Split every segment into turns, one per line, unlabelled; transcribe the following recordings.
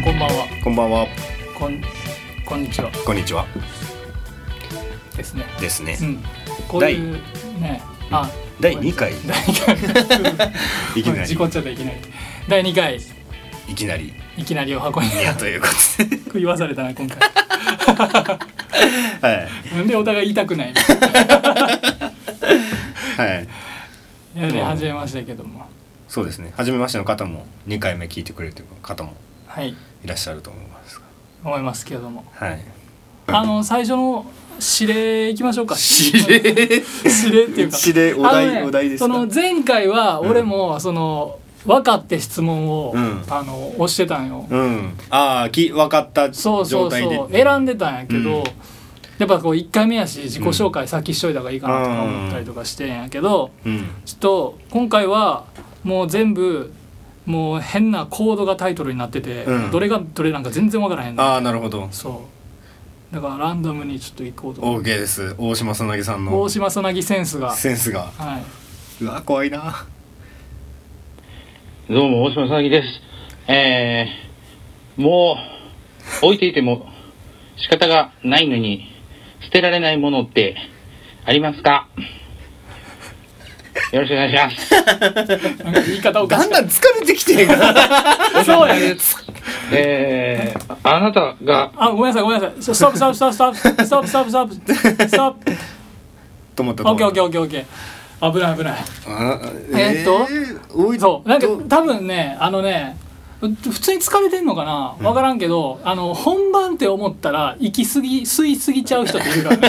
こんばんは。
こんこんにちは
こんにちは。
ですね。
ですね
う。ん、こういうね、あ、
第二回
第2回
いきな
事
り
故っちゃったいきなり第2回
いきなり
いきなりお箱に
いやということで、
食いわされたな今 回
はい
なんでお互い痛くない
はい。
やり始めましたけども
そうですね。初めましての方も二回目聞いてくれてる方も
はい
いらっしゃると思いますが。
思いますけども
はい。
あの最初の指令いきましょうか
令
指令っていうか
指令お題
あのね
お題ですか
その前回は俺もその分かって質問を、
うん
あの押してたんよ、
うん。ああき分かった
そうそ
状
うそ
態で
う選ん
で。
でたんやけど、
うん
やっぱこう1回目やし自己紹介先しといた方がいいかなとか思ったりとかしてんやけど、
うん。
ちょっと今回はもう全部もう変なコードがタイトルになってて、
うん
どれがどれなんか全然わからへんの
ああなるほど。
そうだからランダムにちょっと行こうと思う
OK です。大島さなぎさん
大
の
島さなぎセンスが
センスが。
はい、
うわ怖いな。
どうも、大島さなぎです。えー、もう、置いていても仕方がないのに、捨てられないものってありますかよろしくお願いします。
なんか言い方おか
だ
し
ん
か
だ
っ
ん疲れてきてるから。
た そうやね
えー、あなたが、
あごめんなさいごめんなさ いストップストップストップストップストップストップストップ
と思ったと
オッ
思っ
ケ
た。
ーオッケーオッケーオッケー危ない危ない
あ
えーっと
と、おい
そうなんか
ど
多分ねあのねう普通に疲れてんのかな分からんけど、あの本番って思ったら行き過ぎ吸い過ぎちゃう 人っているからね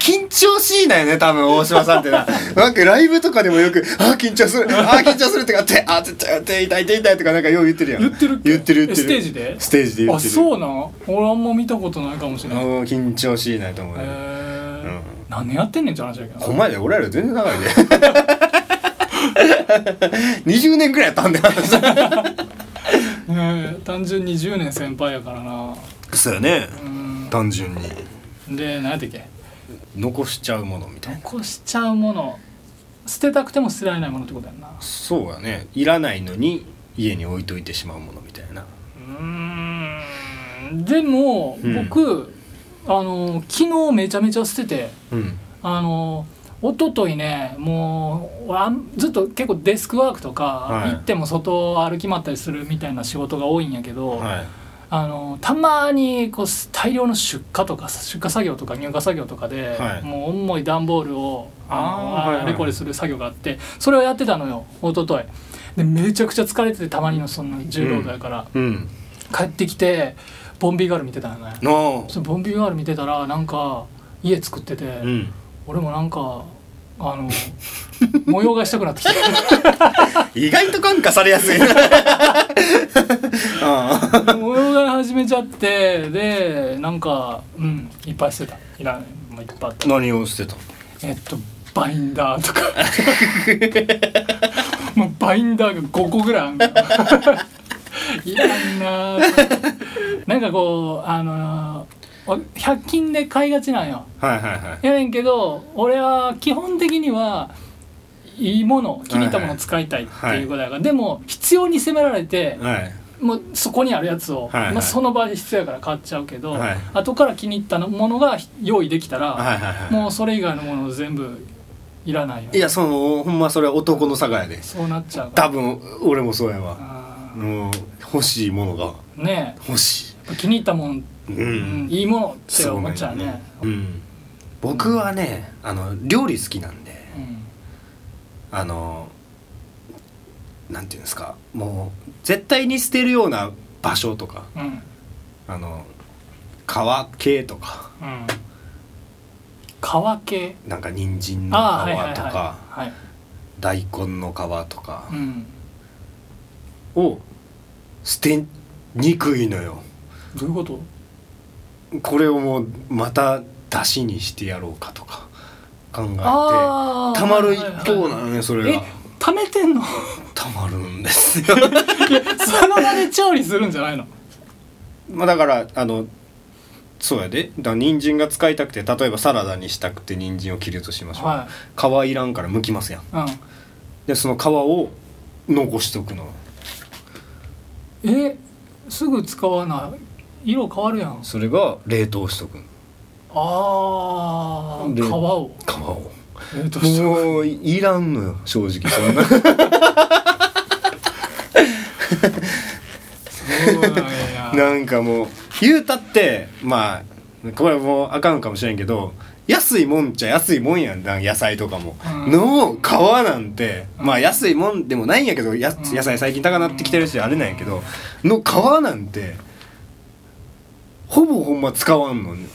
緊張しいなよね多分大島さんってななんかライブとかでもよく「あー緊張するあー緊張する」とか「手あ手手手痛い手痛い」とかなんかよう言ってるやん
言ってるっけ
言ってる言って
ス
る
テージで
ステージで言
あ
ってる
そうなん俺あんま見たことないかもしれないへ
うん緊張しいなと思う、ね
え、
うん
何年やってんねんって話だけど
お前で俺らより全然長いね 20年ぐらいやったんだよ
ねえ単純に10年先輩やからな
そうやね
うん
単純に
で何やったっけ
残しちゃうものみたいな
残しちゃうもの捨てたくても捨てられないものってことやんな
そうやねいらないのに家に置いといてしまうものみたいな
うーんでも、
うん
僕あの昨日めちゃめちゃ捨てて
うん
あの一昨日ねもう俺あんずっと結構デスクワークとか、
はい
行っても外を歩き回ったりするみたいな仕事が多いんやけど、
はい
あのたまにこう大量の出荷とか出荷作業とか入荷作業とかで、
はい
もう重い段ボールを
あー
あ
はい
の
はい
あれこれする作業があってそれをやってたのよ一昨日でめちゃくちゃ疲れててたまにのその重労働やから、
うん
帰ってきてボンビーガール見てたのね
の
そのボンビーガール見てたらなんか家作ってて、
うん
俺もなんかあの 模様替えしたくなってきた
意外と感化されやすいなあ
模様替え始めちゃってでなんかうんいっぱいしてたいらない、まあ、いっぱいあっ
あ 何をしてたの
たえっとバインダーとか もうバインダーが5個ぐらいあんの いらんなーなんかこうあのー100均で買いがちなんよ
はいはいはい
やねんけど俺は基本的にはいいもの気に入ったものを使いたいっていうことやから、でも必要に迫られて、
はい
もうそこにあるやつを、
はいはい
まあ、その場で必要やから買っちゃうけど、
はい
後から気に入ったのものが用意できたら、
はいはいはい
もうそれ以外のものを全部いらないよ
いやそのほんまそれは男の差がやで
そうなっちゃうから
多分俺もそうやわ
あ
もう欲しいものが
ーね
欲し
え気に入ったもん、
いうん、
うんいいものって
そう
思
な
っ
ん
ちゃ
よ
うね
うん僕はねあの料理好きなんで
うん
あのなんていうんですかもう絶対に捨てるような場所とか
うん
あの川系とか
うん皮系
なんか人参の
ああーはいはい
皮とか
はい、はい
大根の皮とか
うん、
を捨てにくいのよ
どういうこと
これをもうまた出汁にしてやろうかとか考え
あー
てたまる
はい
一
はいはい
方なのねそれが
え溜めてんの
たまるんですよ
その場で調理するんじゃないの
まあだからあのそうやでだから人参が使いたくて例えばサラダにしたくて人参を切るとしましょう、
は
皮いらんから剥きますやん
い、うん
でその皮を残しとくの
えすぐ使わない色変わるやん
それが冷凍しとくの
あー
で
皮を
皮を
えーと
もういらんのよ正直そんな
そうなんや
なんかもう言うたってまあこれもうあかんかもしれんけど安いもんっちゃ安いもんやんなんか野菜とかも、
うん
の皮なんてまあ
うん
安いもんでもないんやけどや
ん
野菜最近高なってきてるしあれなんやけどの皮なんてほぼほんま使わん のね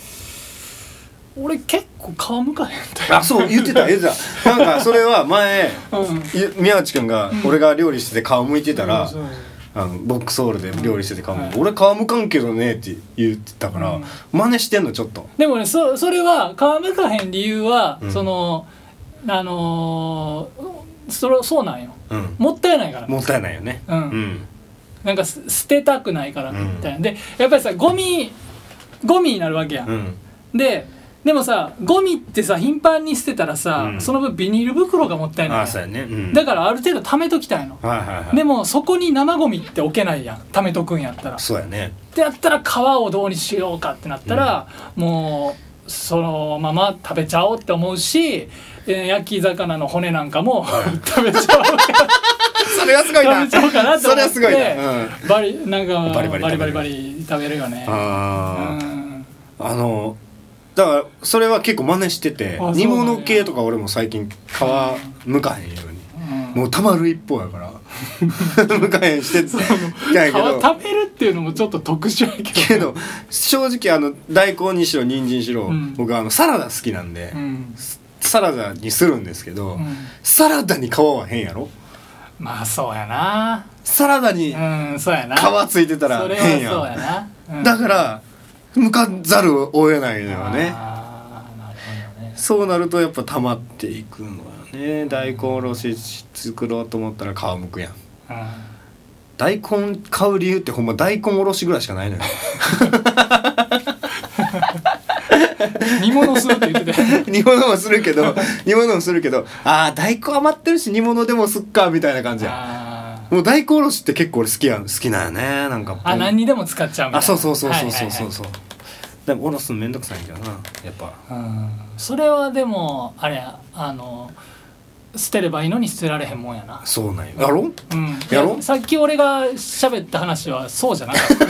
俺結構皮むかへんだよ
あそう言ってた言ってたなんかそれは前
うん
い宮内くんが
うん
俺が料理してて顔向いてたら、
そう
あのボックスホールで料理してて顔向いて、
うん
俺顔向かんけどねって言ってたから、
うん
真似してんのちょっと
でもねそそれは皮むかへん理由は、
うん
そのあのーそれそうなんよ
うん
もったいないから
もったいないよね
うん
うん
なんかす捨てたくないから
うん
みたいな、でやっぱりさゴミゴミになるわけやん、
うん
ででもさゴミってさ頻繁に捨てたらさ、
うん
その分ビニール袋がもったいない
あ
や
あ
ん
そうやね、うん、
だからある程度貯めときたいの
はいはいはい
でもそこに生ゴミって置けないやん貯めとくんやったらっ
そうやね
てやったら皮をどうにしようかってなったら、もうそのまま食べちゃおうって思うしえー焼き魚の骨なんかも 食べちゃおうか
それはすごい
食
な
べちゃおうかなと
そ
思
れ
っ
は
て
すごいな、うん、
バリなんか
バ
バ
リ
リバリ
バリ食べる
バリ食べるよねう
あー、
ん
あのだからそれは結構真似してて
あ
煮
そうなん
物
や
系とか俺も最近皮むかへんように
うん
もうたまる一方やから 向かへんしてってい
皮
やけど
食べるっていうのもちょっと特殊や
け
けど
ど正直あの大根にしろ人参にしろ、
うん
僕あのサラダ好きなんで、
うん
サラダにするんですけど、
うん
サラダに皮は変やろ
まあそうやな
サラダに
うんそうやな
皮ついてたら
それは
変やん、
そうやな、うん
だから向かざるを得ないのよね
あーなるほどね
そうなるとやっぱ溜まっていくのよね大根おろし作ろうと思ったら皮むくやん大根買う理由ってほんま大根おろしぐらいしかないのよ
うん煮物するって言ってたよね
煮物もするけど煮物もするけどあー大根余ってるし煮物でもすっかみたいな感じや
あー
もう大根おろしって結構俺好きやん好きなんやねなんか
あ何にでも使っちゃうみたいな
あそうそうそうそうそ
は
う
い
そ
は
う
い
そうでもおろすのめんどくさいんだよなやっぱ
はいうんそれはでもあれやあの捨てればいいのに捨てられへんもんやな
そうなんよやろ
うん、
やろ
さっき俺が喋った話はそうじゃなかった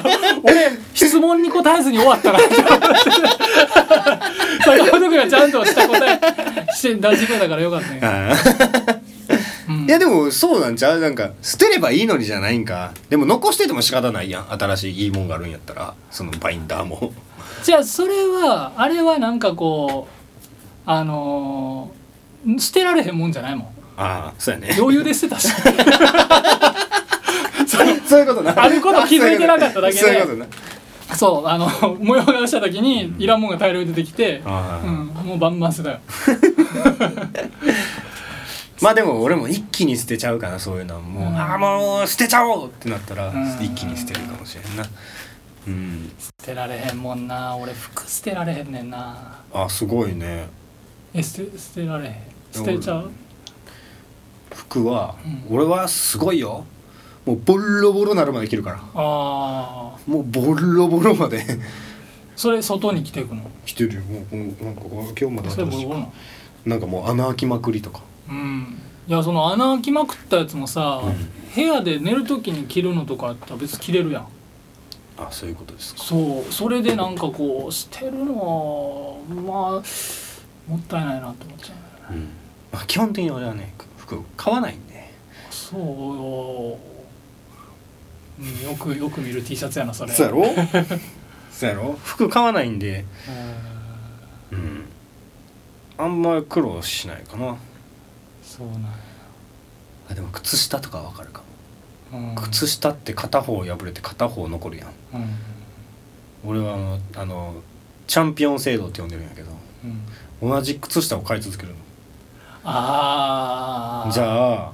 俺質問に答えずに終わったなって思って 坂本君がちゃんとした答えして出してくれたからよかったんや
あー
うん
いやでもそうなんちゃうなんか捨てればいいのにじゃないんかでも残してても仕方ないやん新しいいいもんがあるんやったらそのバインダーも
じゃあそれはあれはなんかこうあのー捨てられへんもんじゃないもん
ああそうやね
余裕で捨てた し
そういうことな
あること気づいてなかっただけで
そういうことな
そうあの模様替えをした時にいらんもんが大量に出てきて、
あ
う
ー
ん、もうバンバン捨てたよ
まあでも俺も一気に捨てちゃうかなそういうのはもう、
うん
ああもう捨てちゃおうってなったら
うん
一気に捨てるかもしれんなうん
捨てられへんもんな俺服捨てられへんねんな
あすごいね
え捨て捨てられへん捨てちゃう
服は、
う
俺はすごいよもうボロボロなるまで着るから
ああ
もうボロボロまで
それ外に着ていくの
着てるよもうもうなんか今日まで
それボロボロな
な
の
なんかもう穴開きまくりとか
うんいやその穴開きまくったやつもさ、
うん
部屋で寝る時に着るのとかやったら別に着れるやん
あそういうことですか
そうそれでなんかこう捨てるのはまあもったいないなと思っちゃうね
うん、まあ、基本的に俺はね服を買わないんで
そう、うん、よくよく見る T シャツやなそれ
そうやろ そうやろ服買わないんで
うん
うんあんまり苦労しないかな
そうなんや
あでも靴下とかはわかるか
うん
も靴下って片方破れて片方残るやん
うん
俺はあのあのチャンピオン制度って呼んでるんやけど
うん
同じ靴下を買い続ける
ああ
のじゃあ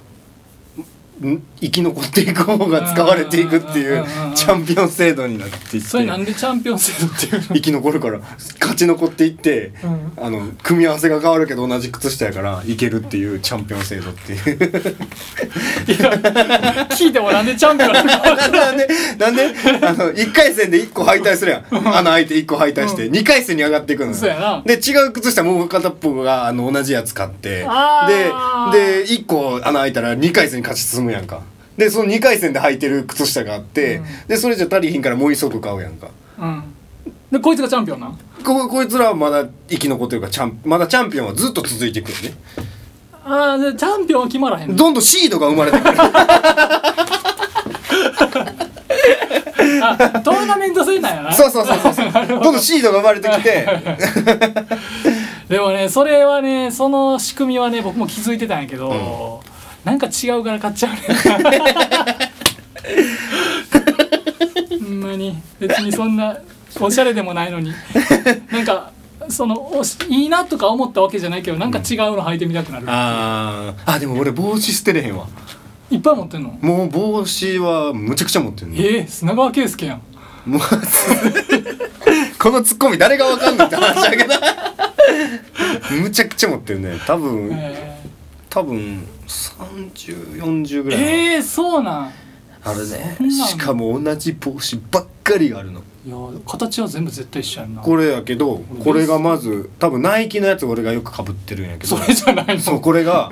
ん生き残っていく方が使われていくっていう
うんうんうんうんうん
チャンピオン制度になっていって
それなんでチャンピオン制度っていうの
生き残るから買勝ち残っていって、
うん
あの組み合わせが変わるけど同じ靴下やからいけるっていうチャンピオン制度っていう
聞いてもなんでチャンピオンなの
なんでなんであの1回戦で1個敗退するやんあの相手1個敗退して、二2回戦に上がっていくのよ
そうやな
で違う靴下もう片っぽがあの同じやつ買ってでで
あー
1個穴開いたら2回戦に勝ち進むやんかでその2回戦で履いてる靴下があって、でそれじゃ足りひんからもう一足買うやんか
うんでこいつがチャンピオンなん
ここいつらはまだ生き残ってるからチャンまだチャンピオンはずっと続いていくよね
ああでチャンピオンは決まらへんの
どんどんシードが生まれてく る
あトーナメント制 なんやな
そうそうそうそうそうどんどんシードが生まれてきて
でもねそれはねその仕組みはね僕も気づいてたんやけど、なんか違うから買っちゃうねほんまに別にそんなおしゃれでもないのになんかそのおしいいなとか思ったわけじゃないけどなんか違うの履いてみたくなる、
あーあでも俺帽子捨てれへんわ
いっぱい持ってんの
もう帽子はむちゃくちゃ持ってるね
えー、砂川圭介やん
もうこのツッコミ誰がわかんないって話だけどむちゃくちゃ持ってるね多分、
え
多分3040ぐ
ー、
らいは
えーそうなん
あるね
そんなん
しかも同じ帽子ばっかりがあるの
いや形は全部絶対一緒やんな
これやけどこれがまず多分ナイキのやつ俺がよくかぶってるんやけど
それじゃないの
そうこれが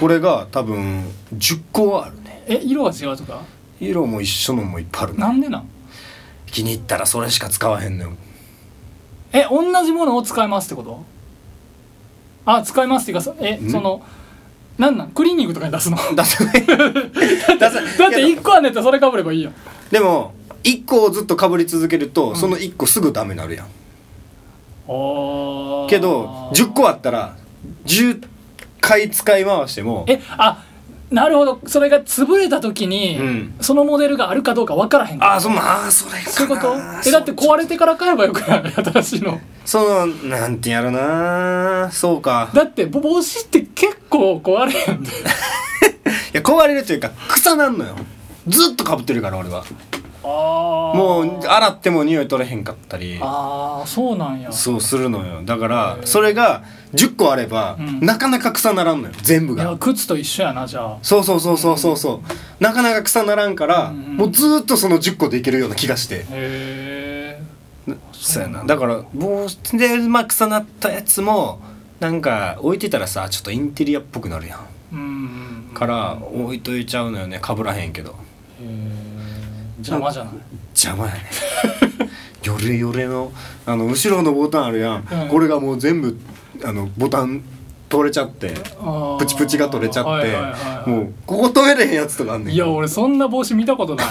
これが多分10個はあるね
え色が違うとか
色も一緒のもいっぱいある
な
ね
んでなん
気に入ったらそれしか使わへんのよ
え同じものを使いますってことあ使いますっていうかそえ
ん
そのなんなんクリーニングとかに出 すのだ
出せない 出せない
って1個あんねんやったらそれかぶればいいやん
でも1個をずっとかぶり続けると、その1個すぐダメになるやん
おー
けど10個あったら10回使い回しても
えあなるほどそれが潰れた時に、
うん
そのモデルがあるかどうか分からへん
ああ
そ
そまあそれかな
そういうことえだって壊れてから買えばよくない新しいの
そのなんてやろなそうか
だってぼ帽子って結構壊れへんで
いや壊れるというか草なんのよずっとかぶってるから俺は
あー
もう洗っても匂い取れへんかったり
ああそうなんや
そうするのよだからそれが10個あれば、
うん
なかなか草ならんのよ全部
いや
が
靴と一緒やなじゃあ
そうそうそうそうそうそうなかなか草ならんから、
うん
もうずーっとその10個でいけるような気がして
へえ
そうやなだから帽子でまあ草なったやつもなんか置いてたらさちょっとインテリアっぽくなるやん
うん
から置いといちゃうのよねかぶらへんけど
邪魔じゃない
邪魔やね よれよれのあの後ろのボタンあるやん、
うん
これがもう全部あのボタン取れちゃってプチプチが取れちゃって、
はいはいはい
もうここ取れれへんやつとかあんねん
いや俺そんな帽子見た ことない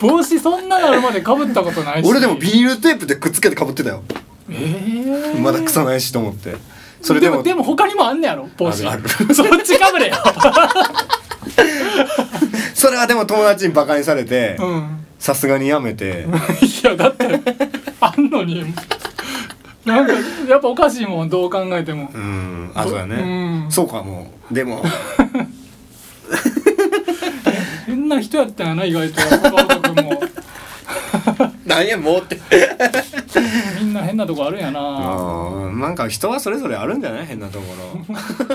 帽子そんなのあるまでかぶったことないし
俺でもビニールテープでくっつけてかぶってたよ、
えー
まだ腐ないしと思ってそれ
で
で
も
も
でも他にもあんねやろ帽子
あるあ
そっちかぶ れよ
それはでも友達にバカにされて
うん
さすがにやめて
いやだってあんのになんかやっぱおかしいもんどう考えても
うんあそうや
う
ね
ん
そうかもうで も
変な人やったんやな意外と岡本君も
なんやもうって
みんな変なとこあるんや な
うんなんか人はそれぞれあるんじゃない変なとこ ろ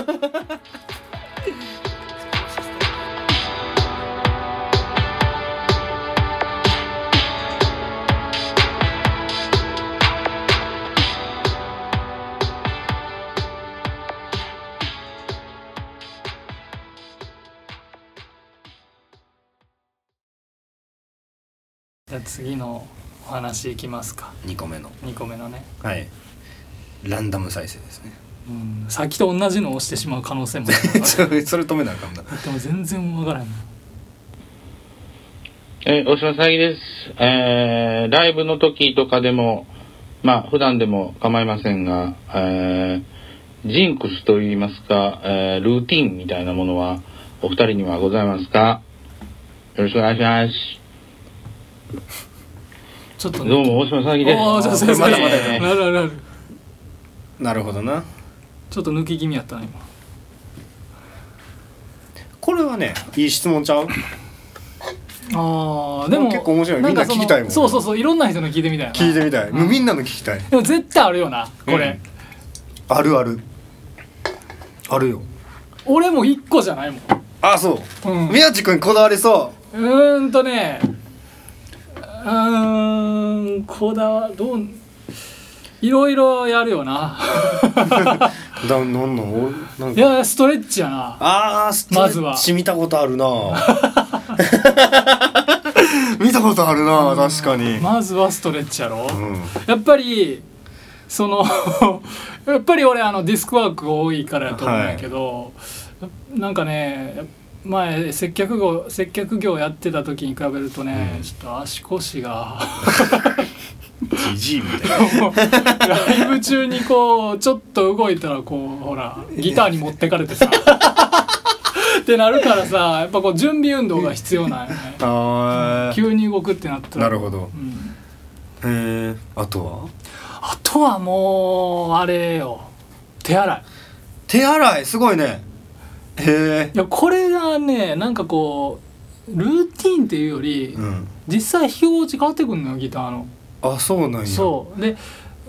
じゃあ次のお話いきますか
2個目の
2個目のね、
はいランダム再生ですね
うん、さっきと同じのを押してしまう可能性もある
ちょそれ止めなあかんな
でも全然わからん
えー、大島さぎです。えー、ライブの時とかでも、まあ、普段でも構いませんが、えー、ジンクスといいますか、えー、ルーティンみたいなものは、お二人にはございますかよろしくお願いします。
ちょっと
どう
ね
も、大島さぎです。
おおじゃあ先生
まだまだね
なるなるなる
なるほどな
ちょっと抜き気味やったな今
これはねいい質問ちゃう
ああでも
結構面白い
なかその
みんな聞きたいもん
そうそうそういろんな人の聞いてみたいな
聞いてみたい、もうみんなの聞きたい
でも絶対あるよなこれ、
あるあるあるよ
俺も一個じゃないもん
あそう、
うん
宮地君こだわりそう
ーんとねうーんこだわどういろいろやるよ な
うだなんなん俺なん
い
か
やストレッチやな
あースト
ま
レ
ずは
ッチ見たことあるな 見たことあるな確かに、
まずはストレッチやろ、
うん
やっぱりその やっぱり俺あのディスクワーク多いからやと思うんやけど、なんかね前接客業接客業やってた時に比べるとね、ちょっと足腰が
じじいみたいな
ライブ中にこうちょっと動いたらこうほらギターに持ってかれてさ ってなるからさやっぱこう準備運動が必要なんよ ね
あー
急に動くってなったら
なるほど
うん
へえあとは
あとはもうあれよ手洗い
手洗いすごいねへえ
いやこれがねなんかこうルーティンっていうより、
うん
実際日落ち変わってくるのよギターの、
あそうなんや
そうで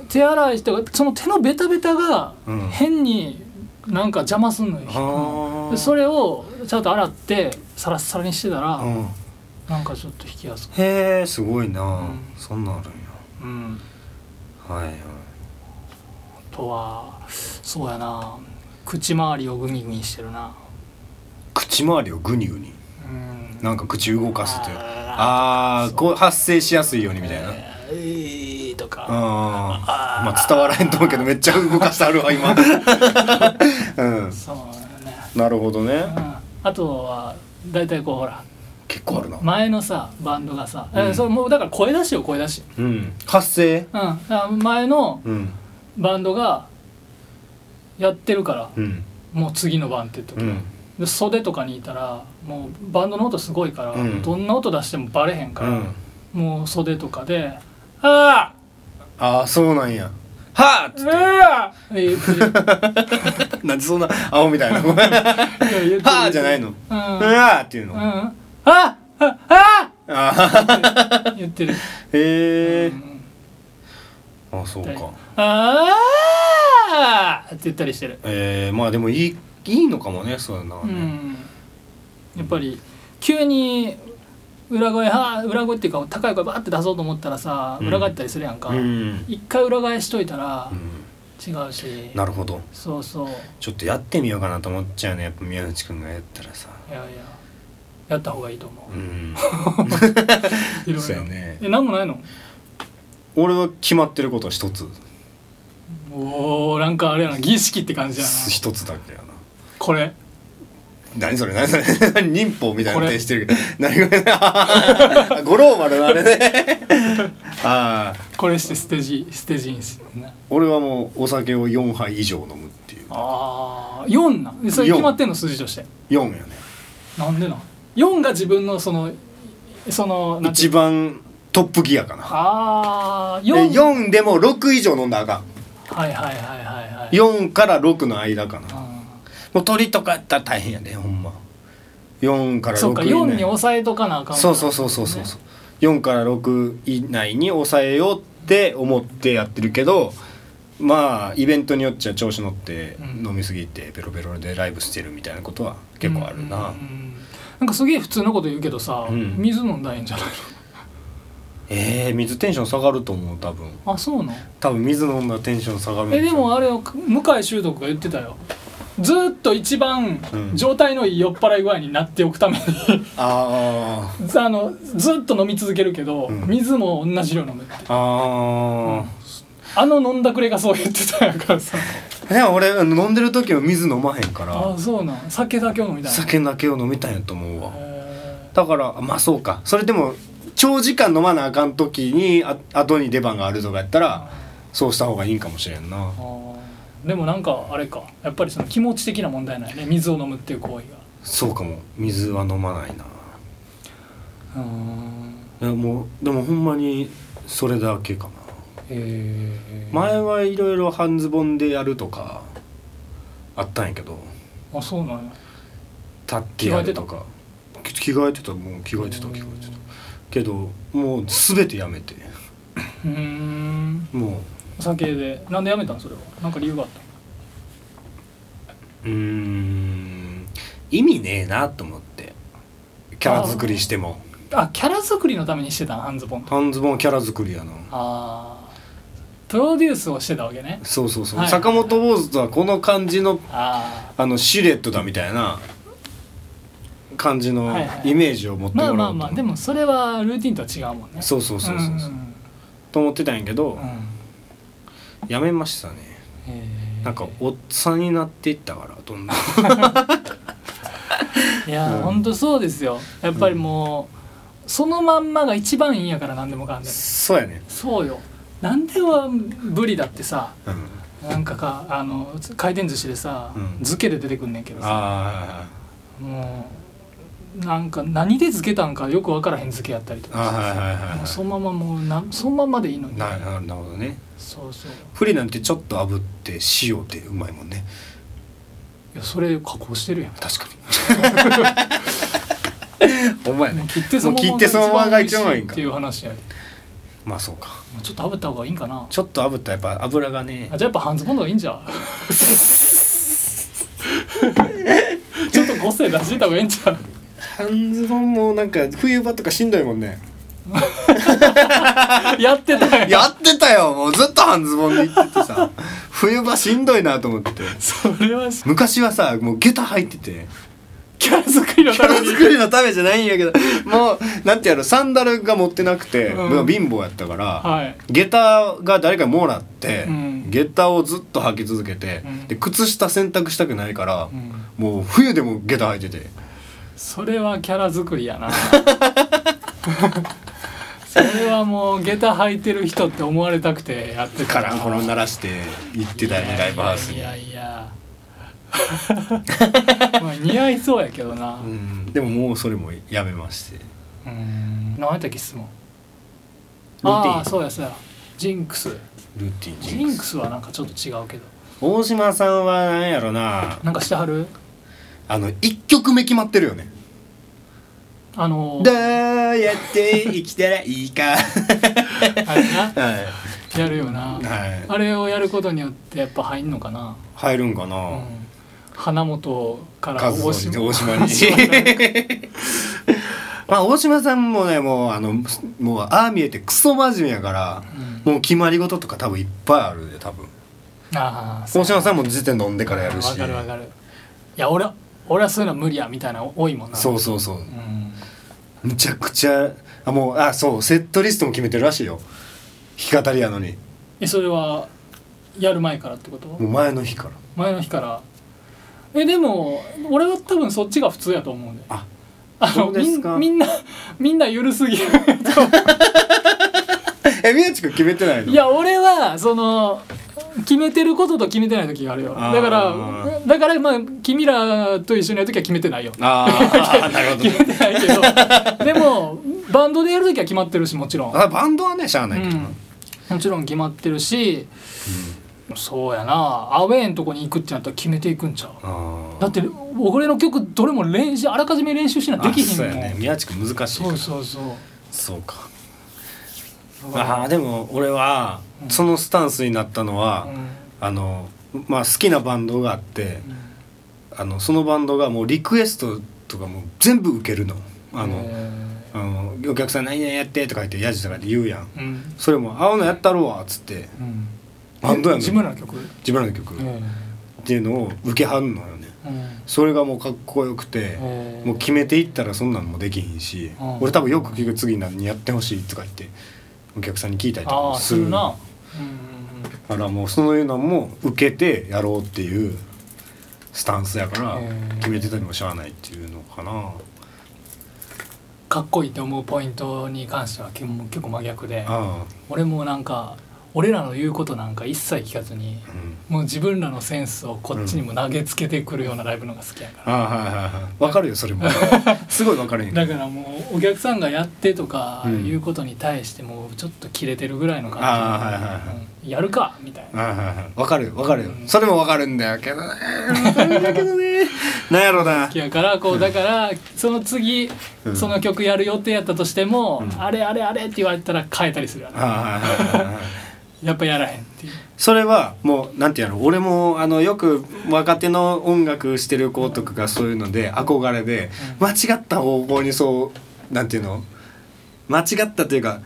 手洗いしてその手のベタベタが
うん
変になんか邪魔すんのよ、弾くの
はあ
でそれをちゃんと洗ってサラッサラにしてたら、
うん
なんかちょっと弾きやすく
へえすごいな、
ん
そんなんあるんや
うん
はいはい
あとはそうやな口周りをグニグニしてるな
口周りをグニグニ
うん
なんか口動かすという
あ
ああこう発生しやすいようにみたいな、
ーえーとか、
あーまあ伝わらへんと思うけどめっちゃ動かしてあるわ今うん
そうだね
なるほどね
あとは大体こうほら
結構あるな
前のさバンドがさ、
ん
えそれもうだから声出しよ声出し、
うん発生
うん、だから前の
うん
バンドがやってるから、
うん
もう次の番って時、
うん
で袖とかにいたらもうバンドの音すごいから、
うん
どんな音出してもバレへん
う
から、
ん
もう袖とかで「あ
ああそうなんやはあっ
ー
つっ
あーえー
てなんでそんな青みたいなごめんは
えー言って言って
あじゃないのう
うんうん
わーっていうのあ
あああ
あ
あ言ってる、
へえ
うん
あそう
って
か
あーって言ったりしてる、
えー、まあでもいいいいのかもねそうだな、
う、ん、やっぱり急に裏声は裏声っていうか高い声バーって出そうと思ったらさ
うん
裏返ったりするやんか、
うん、
一回裏返しといたら
うん、
違うし、
なるほど
そうそう
ちょっとやってみようかなと思っちゃうねやっぱ宮内くんがやったら さ
いやいややった方がいいと思
うん
ういろい
そう
ろ
やね
えなんもないの
俺は決まってることは一つ
おーなんかあれやな儀式って感じやな
一つだけやな
これ
何それ何それ 忍法みたい
こ
な
れ
手してるけど何これあ五郎丸のあれ ね ああ
これしてステージステージインするな
俺はもうお酒を4杯以上飲むっていう
ああ4なそれ
四
決まってんの数字として
4やね
なんでなん4が自分のそのそのなんてい
一
う
番トップギアかな
ああ
で
4,
4でも6以上飲んだらあかん
はいはいはいはいはい
4から6の間かな
う
もう鳥とかやったら大変やねほんま4か
ん
ら
そう
6
か
以内
4に抑えとかなあかん
そうそうそうそうそうそう4から6以内に抑えようって思ってやってるけどまあイベントによっちゃ調子乗って
うん
飲みすぎてベロベロでライブしてるみたいなことは結構あるな、
うんうんうんなんかすげえ普通のこと言うけどさ、
うん
水飲んだらいいんじゃない
えー、水テンション下がると思う多分
のあそうなの
多分水飲んだらテンション下がるん
え
ちゃう
でもあれを向井修徳が言ってたよずーっと一番
うん
状態のいい酔っ払い具合になっておくために
あ
あのずーっと飲み続けるけど、
うん
水も同じ量飲むって
ーあ
あの飲んだくれがそう言ってたんやからさ
ー、でも俺あの飲んでる時は水飲まへんか
あ
ら
そうなん酒だけを飲みたいな
酒だけを飲みたいんやと思うわ
へ
だからまあそうかそれでも長時間飲まなあかん時にあ後に出番があるとかやったらそうした方がいいんかもしれんな
ーあーでもなんかあれかやっぱりその気持ち的な問題ないね水を飲むっていう行為
そうかも水は飲まないな
がうん
いやもうでもほんまにそれだけかな
ええ
前はいろいろ半ズボンでやるとかあったんやけど
あそうなんや
立ってやるとか着き着替えてたもう着替えてた着替えてたけどもう全てやめて
うーん
も
お酒でなんでやめたんそれはなんか理由があった
ううーん意味ねえなと思ってキャラ作りしても
あキャラ作りのためにしてたん半ズボン
半ズボンキャラ作りやな
ああプロデュースをしてたわけね
そうそうそう、
はい
坂本坊主とはこの感じの
ああ
あのシルエットだみたいな感じの
はいはい
イメージを持っても
ま
ら
あ
おうと
まあ
思っ
ま
て
あでもそれはルーティンとは違うもんね
そうそうそうそうそう、
ん
と思ってたんやけど
う、ん
やめましたね
へー
なんかおっさんになっていったから どんどん
いや
うん
ー、ほんとそうですよやっぱりもう、そのまんまが一番いいんやから何でもかんでも
そうやね
そうよ何ではブリだってさ
うん
なんかかあの回転寿司でさ、
うん
漬けで出てくんねんけどさ
あ
もうなんか何で漬けたんかよく分からへん漬けやったりと
ああ
か
はいはいはい
もう
は
そのままもうなそのままでいいの
い
に
ななるほどね
そうそう
フリなんてちょっと炙って塩でうまいもんね
いやそれ加工してるやん
確か にお前ね
切ってそのま
もう切
ま
ってそのままが一番いいん
っ
か
ていう話やで
まあそうか
もうちょっと炙った方が いいんかな
ちょっと炙ったらやっぱ油がね
あじゃあやっぱ半ズボンの方がいいんじゃんちょっと個性出してた方がいいんじゃん
半ズボンもなんか冬場とかしんどいもん ね
やってたん
やってたよもうずっと半ズボンで行っててさ冬場しんどいなと思って
それは
昔はさもう下駄入ってて
キャラ作りの
キ
た
ャラ
めに
作りのためじゃないんやけどもうなんてやろサンダルが持ってなくて、
うん
まあ貧乏やったから、
はい
下駄が誰かにもらって、
うん
下駄をずっと履き続けて、
うん
で靴下洗濯したくないから、
ん
もう冬でも下駄履いてて
それはキャラ作りやなそれはもう下駄履いてる人って思われたくてやってた
カランコロン鳴らして行ってたよねライブハウス
い
に。
やいや いやまあ似合いそうやけどな
うんでももうそれもやめまして
うん何やったっけ質問
ルーティン
ああそうやそうやジンクス
ルーティン
ジンクスはなんかちょっと違うけど
大島さんはなんやろな
なんかしてはる
あの1曲目決まってるよね
あ の
どうやって生きたらい いか
あれな
は
やるよな、
い、はい、
あれをやることによってやっぱ入んのかな、
入るんかな、
うん、花本から
カ
大
ズ大
島
島に まあ大島さんもねもうあのもうああ見えてクソ真面目やから、もう決まり事とか多分いっぱいあるで多分
ああそう
大島さんも絶対飲んでからやるし
わかるわかるいや俺は俺はそういうの無理やみたいなの多いもんな
そうそうそう
うん、
むちゃくちゃあもうあそうセットリストも決めてるらしいよ弾き語りやのに
えそれはやる前からってこと、
もう前の日から
前の日からえでも俺は多分そっちが普通やと思うんであ
あそ
の
うですか
みんみんなみんな緩すぎる
え宮地君決めてない の
いや俺はその決めてることと決めてない時があるよ
あー
だからだからまあ君らと一緒にやる時は決めてない よ
ああなるほど
決 めてないけどでもバンドでやる時は決まってるしもちろん
あバンドはねしゃあないけどな、
うん、もちろん決まってるし、そうやなアウェーんとこに行くってなったら決めていくんちゃう
あー
だって俺の曲どれも練習あらかじめ練習しなでき
あ
ひん
そ
も
うんやね宮地君難しいから
そうそうそう
そうかあーでも俺はそのスタンスになったのは、
うん
あのまあ好きなバンドがあって
うん
あのそのバンドがもうリクエストとかもう全部受けるのあの
え
あのお客さん「何々やって」とか言って「ヤジ」とかって言うやん
ーうん
それも「青のやったろうわ」っつって
うん
バンドやねん
自分らの曲、
自分らの曲、っ
え
ていうのを受けはんのよね
ーうん
それがもうかっこよくて、
えー
もう決めていったらそんなんもできひんし、
うん
俺多分よく聞く次何やってほしいとか言ってお客さんに聞いたりとか
あ
も
あ
す
す
る
るな、うんうんうん
だからもうそういうのも受けてやろうっていうスタンスやから
へー
決めてたにもしゃあないっていうのかな
かっこいいと思うポイントに関しては結構結構真逆で
あ
俺もなんか俺らの言うことなんか一切聞かずにもう自分らのセンスをこっちにも投げつけてくるようなライブのが好きやから。
あはいはいはいわかるよそ れもすごいわかるんや
だからもうお客さんがやってとかいうことに対してもうちょっとキレてるぐらいの感じ、
あーはいはいは
うんやるかみたいな
はいはいはいわかるよわかるよそれもわかるんだよけどね わかるんだけどねなんやろうな
好きやからこうだからその次
うん
その曲やる予定やったとしても、あれあれあれって言われたら変えたりするよね
あーはいはいはいはい
やっぱやらへんっていう
それはもうなんていうの俺もあのよく若手の音楽してる子とかがそういうので憧れで間違った方向にそうなんていうの間違ったというか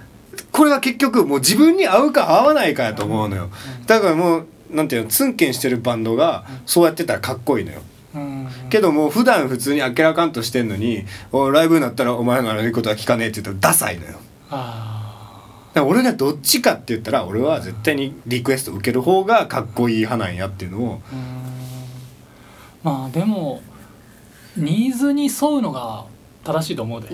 これは結局もう自分に合うか合わないかやと思うのよだからもうなんていうのツンケンしてるバンドがそうやってたらかっこいいのよ
うん
けどもう普段普通にあっけらかんとしてんのにおライブになったらお前の悪いことは聞かねえって言ったらダサいのよ
あ
だから俺がどっちかって言ったら俺は絶対にリクエスト受ける方がかっこいい派なんやっていうのを
ーうーんまあでもニーズに沿うのが正しいと思うで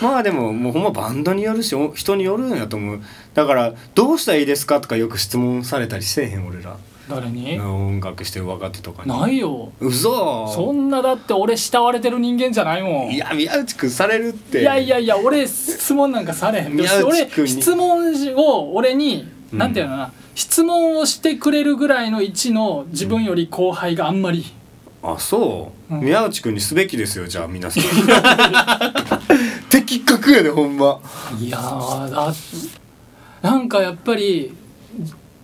まあでももうほんまバンドによるしお人によるんやと思うだから「どうしたらいいですか?」とかよく質問されたりせえへん俺ら
誰に
音楽してる若手とかに
ないよ
うそ
そんなだって俺慕われてる人間じゃないもん
いや宮内くんされるってい
いやいやいや俺質問なんかされへん
宮内
俺
君に
質問を俺に、
うん
なんていうのかな質問をしてくれるぐらいの位置の自分より後輩があんまり、
あそう、
うん
宮内くんにすべきですよじゃ あ皆さん的確やでほんま
いやーだなんかやっぱり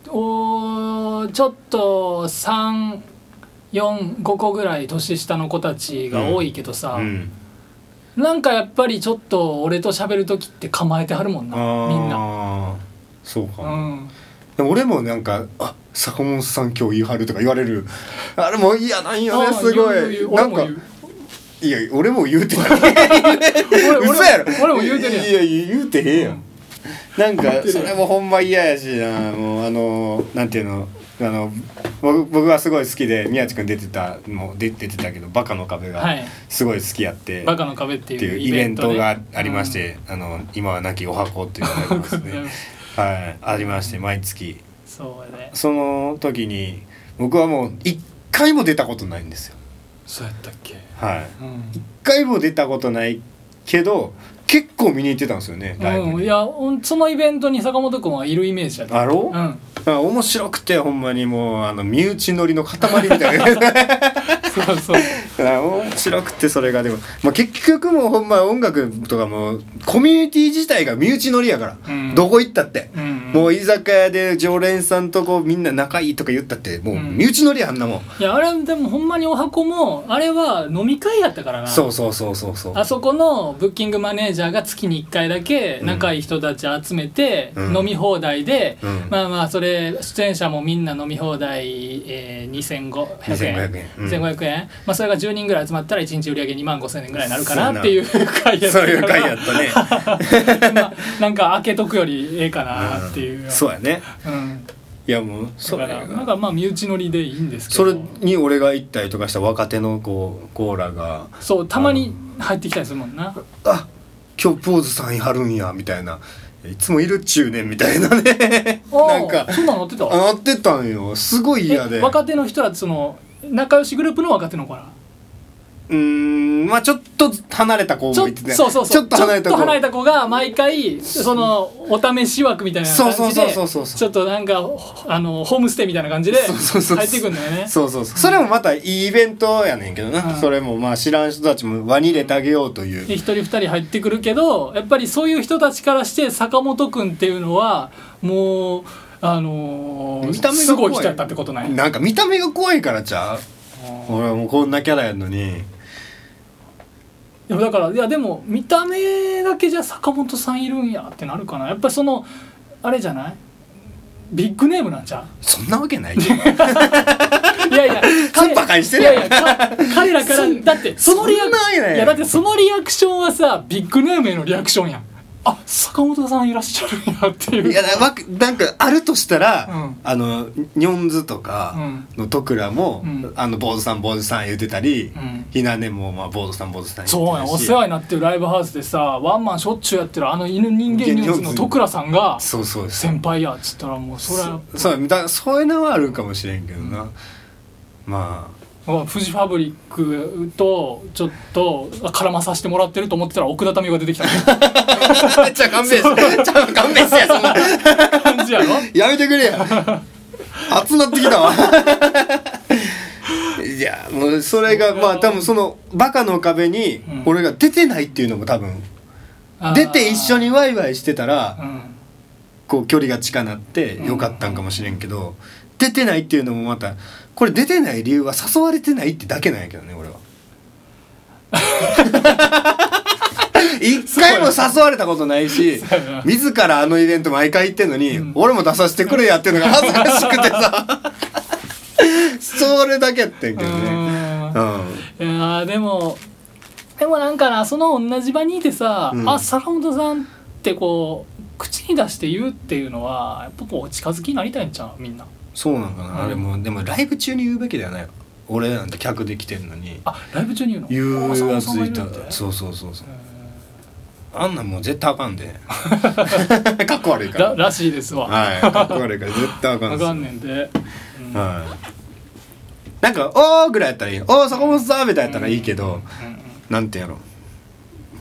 おーちょっと345個ぐらい年下の子たちが多いけどさ、
うん
なんかやっぱりちょっと俺と喋る時って構えてはるもんなみんな。
あーそうか、
うん
でも俺もなんか「あ坂本さん今日言い張る」とか言われるあれも嫌なんよねすご
あー言
い
言
う
う
な
俺
ん
も
か
言う
いや俺も言うてない
俺俺も
嘘やろ
俺も言うてるやん
いやいや言うてへんやんなんかそれもほんま嫌やしなもうあのなんていうのあの僕僕はすごい好きで宮地君出てたもう出出てたけど「バカの壁」
は
が
い
すごい好きやって、
バカの壁って
って
い
いう
う
イ
イ
ベ
ベ
ン
ン
ト
トで
がありまし、て、あの今は亡きお箱っていうのがあり ますねはいありまして毎月
うんそうやで
その時に僕はもう一回も出たことないんですよ
そうやったっけ
はい
うん
一回も出たことないけど結構見に行ってたんですよねライブに、
うん、いやほんそのイベントに坂本君はいるイメージやで
あろ、
う
だか
ん
ら面白くてほんまにもうあの身内乗りの塊みたいな だか
そうそう
ら面白くてそれがでも、まあ、結局もうほんま音楽とかもコミュニティ自体が身内乗りやから、
うん
どこ行ったって、
うん
もう居酒屋で常連さんとこうみんな仲いいとか言ったってもう身内乗りやあんなもん、
いやあれでもほんまにお箱もあれは飲み会やったからな
そうそうそうそうそう
あそこのブッキングマネージャーが月に1回だけ仲いい人たち集めて
うん
飲み放題で、
うん
まあまあそれ出演者もみんな飲み放題、えー、2500円
2500円うん
1500円まあ、それが10人ぐらい集まったら1日売り上げ2万5000円ぐらいになるかなっていう回やった
そ
か
う
ら
いう回やった ね
まあなんか開けとくよりええかなっていう、うん、
そうやね
うん
いやもうそ
だ
れ
から
が
なんかまあ身内乗りでいいんですけ
そ
ど
れに俺が行ったりとかした若手のこうコーラが
そうたまに入ってきたりするもんな
「あ今日ポーズさんいはるんや」みたいな「いつもいるっちゅうねん」みたいなねなん
あ
か
ーそんなん乗ってた
あなってたんよすごい嫌で
え若手の人はその仲良しグループの若手の子ら
うーんまあちょっと離れた子
ち
も
ょ
いてね
そうそうそう
ちょっと離れた
ちょっ
子
と子が毎回そのお試し枠みたいな感じで
そうそうそうそうそう
ちょっとなんかほあのホームステイみたいな感じで
そうそうそう
入ってくんだよね
そうそうそうそれもまたいいイベントやねんけどな、
うん
それもまあ知らん人たちも輪に入れてあげようという、
で一人二人入ってくるけどやっぱりそういう人たちからして坂本君っていうのはもうあのー、
見た目が
すご
怖い
い人やったってことない
なんか見た目が怖いからちゃう俺はもうこんなキャラやのに
でもだからいやでも見た目だけじゃ坂本さんいるんやってなるかなやっぱりそのあれじゃないビッグネームなんじゃう
そんなわけ ないよ
い やいや
そ
彼
んなバカにしてる
い
や
や
ん
いやか彼らからだってそのリア
そんなんや
クいやだってそのリアクションはさビッグネームへのリアクションやんあ坂本さんいらっしゃるんやっていう
いやなわけなんかあるとしたら、
うん
あのニョンズとかのトクラも、
うん
あの坊主さん坊主さん言ってたり、
ん
ひなねもまあ坊主さん坊主さん言
そう
って
や
た
ん
り
お世話になってるライブハウスでさワンマンしょっちゅうやってるあの犬人間ニュースの徳良さんが
そうそうそう
先輩やっつったらもうそれは
そそうだそういうのはあるかもしれんけどな、ま
フジファブリックとちょっと絡まさせてもらってると思ってたら奥田民が出てきた
あじゃあ勘弁してじゃあ勘弁してやそんな
感じやろ
やめてくれ や熱なってきたわ いやもうそれがまあ多分そのバカの壁に
うん
俺が出てないっていうのも多分
あー
出て一緒にワイワイしてた
う
ら
ん
こう距離が近なってよかったんかもしれんけど出てないっていうのもまたこれ出てない理由は誘われてないってだけなんやけどね俺は一回も誘われたことないし
そうやな
自らあのイベント毎回行ってんのに、
うん
俺も出させてくれやっていうのが恥ずかしくて さそれだけやってんけどね
うんい
うん
やーでもでもなんかなその同じ場にいてさ「
うん
あ坂本さん」ってこう口に出して言うっていうのはやっぱこう近づきになりたいんちゃうみんな
そうなんかな、あれもでもライブ中に言うべきだよね俺なんて客で来てんのに
あライブ中に言うの
言うやつい
あ坂本さんが言うんだって
たそうそうそうそう
へ
あんなんもう絶対あかんで かっこ悪い
ー
からら
らしいですわ
はいかっこ悪いから絶対あかん
わ
っすよ
かんねんで、うん
はいなんか「おー」ぐらいやったらいい「おー坂本さん」みたいやったらいいけど、なんてやろ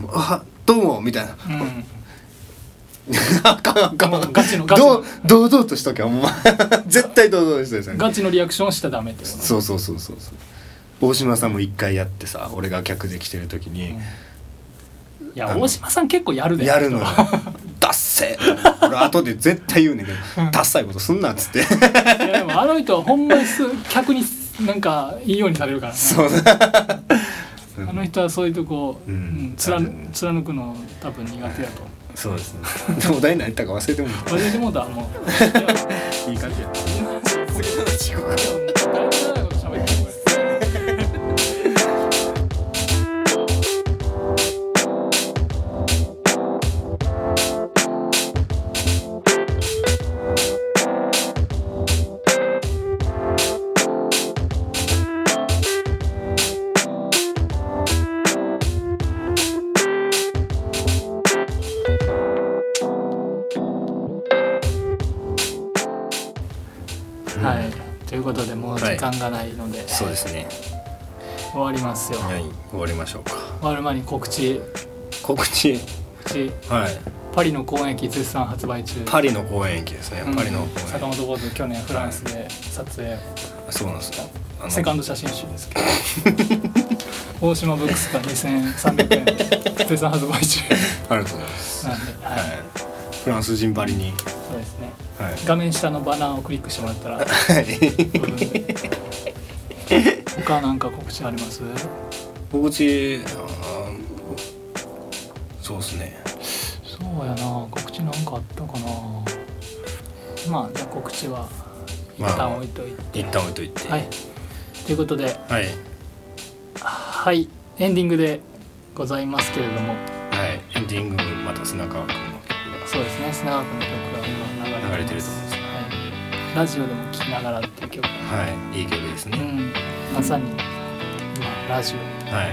うあどうもみたいな
うんうん
あかんあかん
もうガチのガチ
ど
の
う堂々としとけお前 絶対堂々としとけそれ
ガチのリアクションしたらダメってこと
そうそうそうそうそう大島さんも一回やってさ俺が客で来てる時に
いや大島さん結構やるで
やるのよ「ダッセー」俺後で絶対言うねんけど「ダッサいことすんな」っつって
いやでもあの人はほんまにす客になんかいいようにされるからね
そう
あの人はそういうとこ、う
うん
ん、
ある
貫貫くの多分苦手だと
そうですねお題何言ったか忘れても
それでもうだもう
いい感じや
はいということでもう時間がないので、
そうですね
終わりますよ、
はい終わりましょうか
終わる前に告知
告知
告知
はい
パリの公演機絶賛発売中
パリの公演駅ですね、
うん
パリの公
坂
演
本坊主去年フランスで撮影
そうなんですかあの
セカンド写真集ですけど 大島ブックスが2300円絶賛発売中
ありがとうございます、
なんで、はい
はい、フランス人ばりに
そうですね
はい
画面下のバナーをクリックしてもらった ら他なんか告知あります
告知あーそうですね
そうやな告知なんかあったかなまあじゃあ告知は一
まあ
旦置いといて、
一旦置いといて
はいということで
はい
はいエンディングでございますけれども
はいエンディングまた砂川君の曲
そうですね砂川君の曲が今
が
流
流
れ
れ
て
て
ま
る
す
と思うんです
はい、ラジオでも聴きながらっていう曲
はいいい曲です
う
ね、
んまさに今ラジオ
はい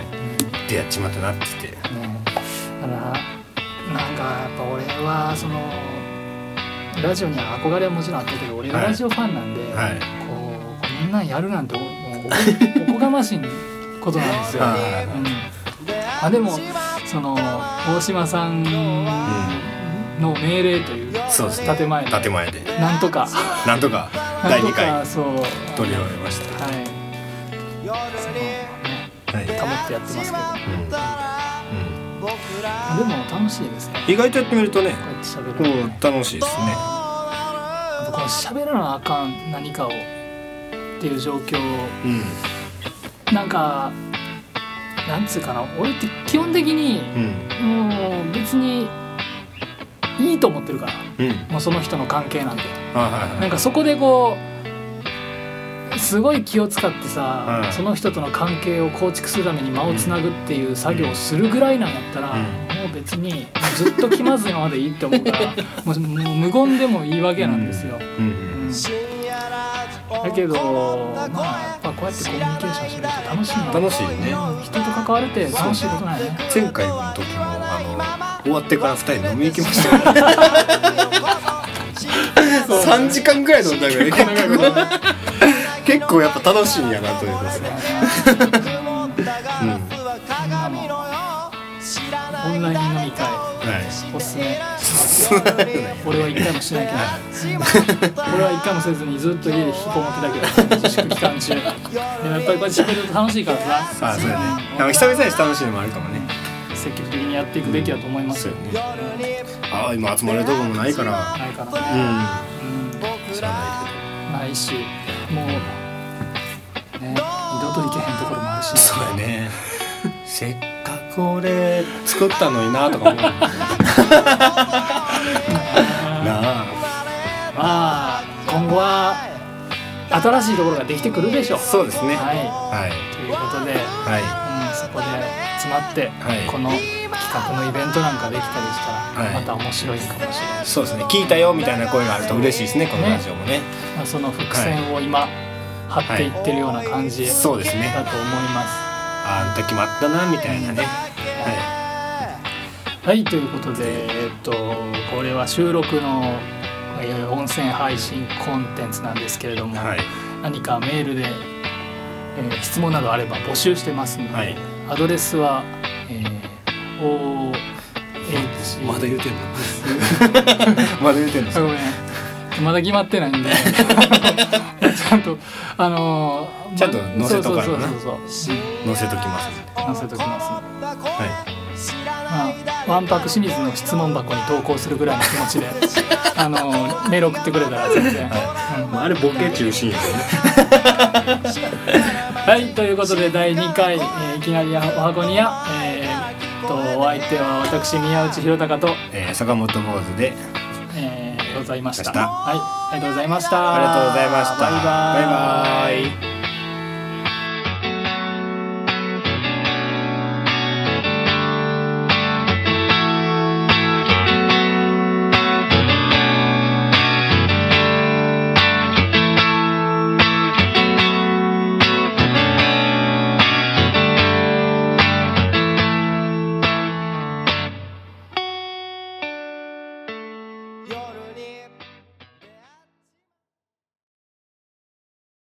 でやっちまったなって言って
ねだからなんかやっぱ俺はそのラジオには憧れはもちろんあったけど俺が
はい
ラジオファンなんで、
はい
こうこんなんやるなんてもうおおこがましいことなんですよ。
はい
うんまあでもその大島さんの命令という
そうですね
建前で
建前で
なんとか
なんとか
な
第
んと
2
か
回
そう
取り終えました
はいそのね
はい、う
保ってやってますけど
ん
でも楽しいですね
うん、意外とやってみるとね
こうやって喋
う
るのね
ん楽しいですね
やっぱこの喋らなあかん何かをっていう状況を
うん
なんかなんつうかな俺って基本的に
うん
もう別にいいと思ってるから
うん
もうその人の関係なんて
はいはいはい
なんかそこでこうすごい気を使ってさ、
はい
その人との関係を構築するために間をつなぐっていう作業をするぐらいなんやったら、
うん
もう別にずっと気まずいままでいいって思う からもうもう無言でもいいわけなんですよ。
うん
うんだ
だ
け
け
ど
ど
ま
ま
あ
あ
や
や
っ
っぱ
ぱこ
こ
う
う
や
やっ
っ
てて
コ
コミュニケーションするってて楽しいんだよ
ミュニケーションするっ楽しいんだよ人と関わるって楽しいことなんやね
前回の時もあの終わってから二人飲みに行きまし たよ、ね、3時間ぐらい飲んだぐらい結
長いことな
構結構やっぱ楽しいんやなというかさ
うん
オンライン飲み会
はい
おすすめ
俺
俺は
は
一
一回
回も
も
し
し
な
ないい
け
け
ど
ど
俺
俺
は
は一
一回
回
も
も
せ
せ
ず
ず
に
に
ず
ず
っ
っ
と
と
家
家で
で引
引
き
き
こ
こ
も
もっ
っ
ててた
たけ
け
ど
ど
自粛期間中やっぱり喋ると楽しいからさ
ああそうやねなんか久々にした楽しいのもあるかもね
積極的にやっていくべきだと思います
そう
よ
やねああ今集まれるとこもないから
ないからね
う
うん
しゃあない
ないしもうね二度と行けへんところもあるし
けどそうやねせっかく俺作ったのになとか思う なあ
まあ今後は新しいところができてくるでしょう
そうですね
は
はい
いということで、うん、
はい
そこで詰まって、
はい
この企画のイベントなんかできたりしたら、
はい
また面白いかもしれない
そうですね聞いたよみたいな声があると嬉しいですねこのラジオもね
まあその伏線を今、張っていってるような感じだと
そうですね
思います。
あん時もあったなみたいなねは
はいということで、えっと、これは収録の、えー音声配信コンテンツなんですけれども、
いはい
何かメールで、えー質問などあれば募集してますので、
はい
アドレスは、えー、O H
まだ言うてんの まだ言うてんの
あごめんまだ決まってないんでちゃんとあのー
ちゃんと載せとかな
そうそうそうそうそう
載せときます
載せときますね、
は
まあ、わんぱく清水の質問箱に投稿するぐらいの気持ちであのーメール送ってくれたら全然
い、まあ、あれボケ中心やけどね
はいということで第2回、えーいきなりお箱にや」えー、とお相手は私宮内宏隆と、
えー坂本坊主で
えーございました
でした
はいありがとうございました
ありがとうございました
バイバイ
バイバイ